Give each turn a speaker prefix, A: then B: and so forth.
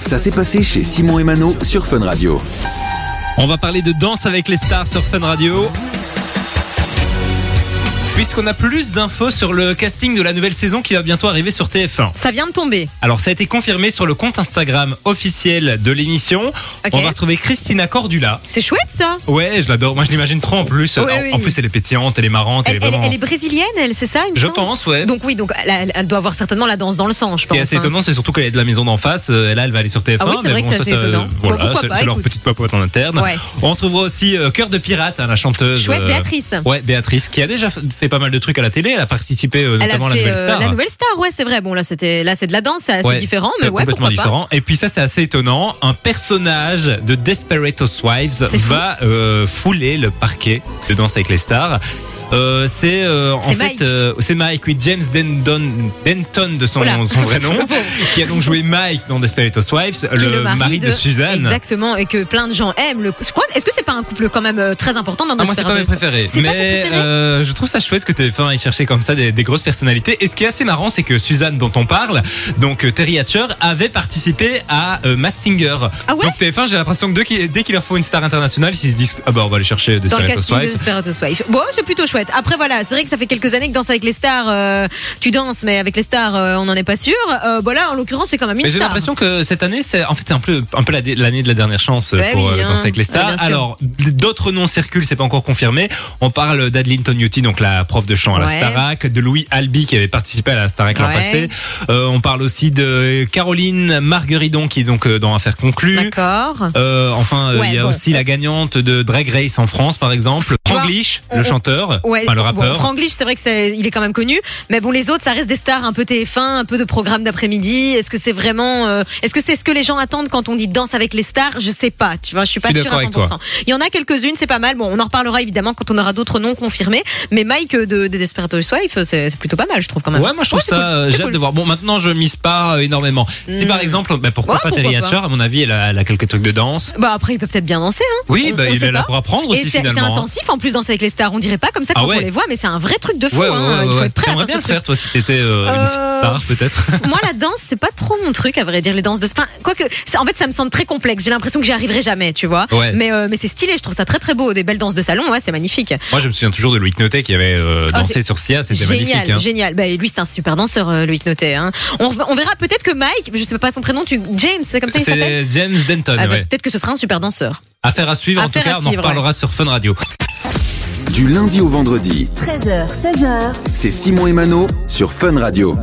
A: Ça s'est passé chez Simon et Mano sur Fun Radio.
B: On va parler de danse avec les stars sur Fun Radio. Puisqu'on a plus d'infos sur le casting de la nouvelle saison qui va bientôt arriver sur TF1.
C: Ça vient de tomber.
B: Alors ça a été confirmé sur le compte Instagram officiel de l'émission.
C: Ok.
B: On va retrouver Christina Cordula.
C: C'est chouette ça.
B: Ouais, je l'adore. Moi, je l'imagine trop en plus.
C: Oui,
B: en,
C: oui.
B: en plus, elle est pétillante, elle est marrante, elle,
C: Elle,
B: est
C: elle-
B: vraiment.
C: elle est brésilienne, elle, c'est ça il me
B: Je
C: semble
B: pense, ouais.
C: Donc oui, donc elle, a- elle doit avoir certainement la danse dans le sang, je
B: Ce
C: pense.
B: qui est assez
C: hein.
B: étonnant, c'est surtout qu'elle est de la maison d'en face. Euh, là, elle va aller sur TF1.
C: Ah oui, c'est
B: mais
C: vrai que
B: bon,
C: c'est
B: ça,
C: assez
B: ça,
C: étonnant.
B: Voilà,
C: Bah, pourquoi
B: c'est
C: pas,
B: c'est leur
C: écoute.
B: petite papote en interne.
C: Ouais.
B: On retrouvera aussi euh, Cœur de Pirate, hein, la chanteuse.
C: Chouette,
B: euh,
C: Béatrice.
B: Ouais, Béatrice, qui a déjà fait pas mal de trucs à la télé. Elle a participé euh,
C: Elle a
B: notamment à
C: fait
B: la Nouvelle
C: euh,
B: Star.
C: la nouvelle star, ouais, c'est vrai. Bon là, c'était là, c'est de la danse, c'est assez
B: Ouais,
C: différent, mais
B: euh,
C: ouais,
B: complètement
C: pourquoi
B: différent. Et puis ça, c'est assez étonnant. Un personnage de Desperate Housewives
C: C'est fou.
B: va euh, fouler le parquet de Danse avec les stars. Euh, c'est euh, en
C: C'est
B: fait
C: Mike.
B: euh, c'est Mike oui James Denton Denton de son,
C: Oula.
B: son vrai nom qui a donc joué Mike dans Desperate Housewives
C: pas. Qui est
B: le, mari de, Suzanne
C: Exactement, et que plein de gens aiment. Le... je crois- Est-ce que c'est pas un couple quand même euh, très important dans
B: Ah,
C: notre
B: moi c'est pas mes préférés
C: C'est
B: mais
C: pas ton préféré
B: euh, je trouve ça chouette que TF1 ait cherché comme ça des, des grosses personnalités et ce qui est assez marrant c'est que Suzanne dont on parle donc euh, Terry Hatcher avait participé à euh, Mass Singer
C: Ah ouais
B: donc TF1 j'ai l'impression que dès qu'il dès qu'il leur faut une star internationale ils se disent ah bah on va aller chercher
C: dans le
B: Desperate
C: casting de
B: Housewives
C: Desperate Housewives. Bon, c'est plutôt chouette. Après, voilà, c'est vrai que ça fait quelques années que Danse avec les stars, euh, tu danses, mais avec les stars, euh, on n'en est pas sûr. Euh, voilà, en l'occurrence, c'est quand même une
B: mais j'ai
C: star.
B: l'impression que cette année, c'est en fait c'est un peu un peu la- l'année de la dernière chance
C: Ouais,
B: pour
C: oui,
B: euh,
C: hein.
B: danser avec les
C: Ouais,
B: stars.
C: bien sûr.
B: Alors d'autres noms circulent, c'est pas encore confirmé. On parle d'Adeline Tognotti, donc la prof de chant à la
C: Ouais.
B: Starac, de Louis Albi qui avait participé à la Starac l'an
C: Ouais.
B: passé. Euh, on parle aussi de Caroline Margueridon qui est donc euh, dans Affaire conclue.
C: D'accord.
B: Euh, enfin, euh,
C: Ouais,
B: il y a
C: bon.
B: aussi la gagnante de Drag Race en France, par exemple.
C: Tu vois,
B: Franglish, le chanteur,
C: Euh, Ouais,
B: enfin le
C: bon,
B: rappeur.
C: Franglish, c'est vrai que c'est, il est quand même connu, mais bon, les autres, ça reste des stars un peu TF1, un peu de programme d'après-midi. Est-ce que c'est vraiment, euh, est-ce que c'est ce que les gens attendent quand on dit danse avec les stars Je sais pas, tu vois, je suis pas
B: Je suis
C: sûre à
B: d'accord avec
C: 100%. Il y en a quelques-unes, c'est pas mal. Bon, on en reparlera évidemment quand on aura d'autres noms confirmés, mais Mike euh, de, des Desperate Housewives, c'est, c'est plutôt pas mal, je trouve quand même.
B: Ouais, moi je trouve
C: c'est
B: ça,
C: cool,
B: euh,
C: c'est
B: j'ai hâte
C: cool.
B: de voir. Bon, maintenant je mise pas euh, énormément. Si
C: Mm.
B: par exemple, bah, pourquoi
C: Ouais,
B: pas Terry
C: pourquoi
B: Hatcher, à mon avis, elle a, elle a quelques trucs de danse.
C: Bah après, il peut peut-être bien danser. Hein.
B: Oui,
C: On-
B: bah,
C: on
B: il
C: sait
B: est là
C: pas.
B: pour apprendre
C: Et
B: aussi
C: c'est, c'est
B: finalement. hein.
C: intensif en plus danser avec les stars. On dirait pas comme ça
B: Ah
C: quand
B: ouais.
C: on les voit, mais c'est un vrai truc de fou.
B: Ouais, ouais,
C: hein.
B: ouais,
C: il faut
B: ouais.
C: être prêt à
B: T'aimerais
C: faire
B: bien
C: ce
B: le
C: truc.
B: faire, toi, si t'étais euh,
C: Euh,
B: une star, peut-être.
C: Moi, la danse, c'est pas trop mon truc, à vrai dire. Les danses de. Enfin, quoique, ça- en fait, ça me semble très complexe. J'ai l'impression que j'y arriverai jamais, tu vois.
B: Ouais.
C: Mais, euh, mais c'est stylé, je trouve ça très très beau. Des belles danses de salon, ouais, c'est magnifique.
B: Moi, je me souviens toujours de Louis Notet qui avait euh,
C: Ah,
B: dansé
C: c'est-
B: sur Sia, c'était
C: génial,
B: magnifique. hein.
C: génial. Bah, lui, c'est un super danseur, euh, Loïc Notet. Hein. On, on verra peut-être que Mike, je sais pas son prénom, tu, James, c'est comme ça qu'il s'appelle
B: C'est James Denton,
C: Ah, bah,
B: ouais.
C: Peut-être que ce sera un super danseur.
B: Affaire à suivre, en tout
C: Affaire à
B: cas, on en
C: suivre,
B: reparlera sur Fun Radio.
A: Du lundi au vendredi,
D: 13h, 16h,
A: c'est Simon et Mano sur Fun Radio.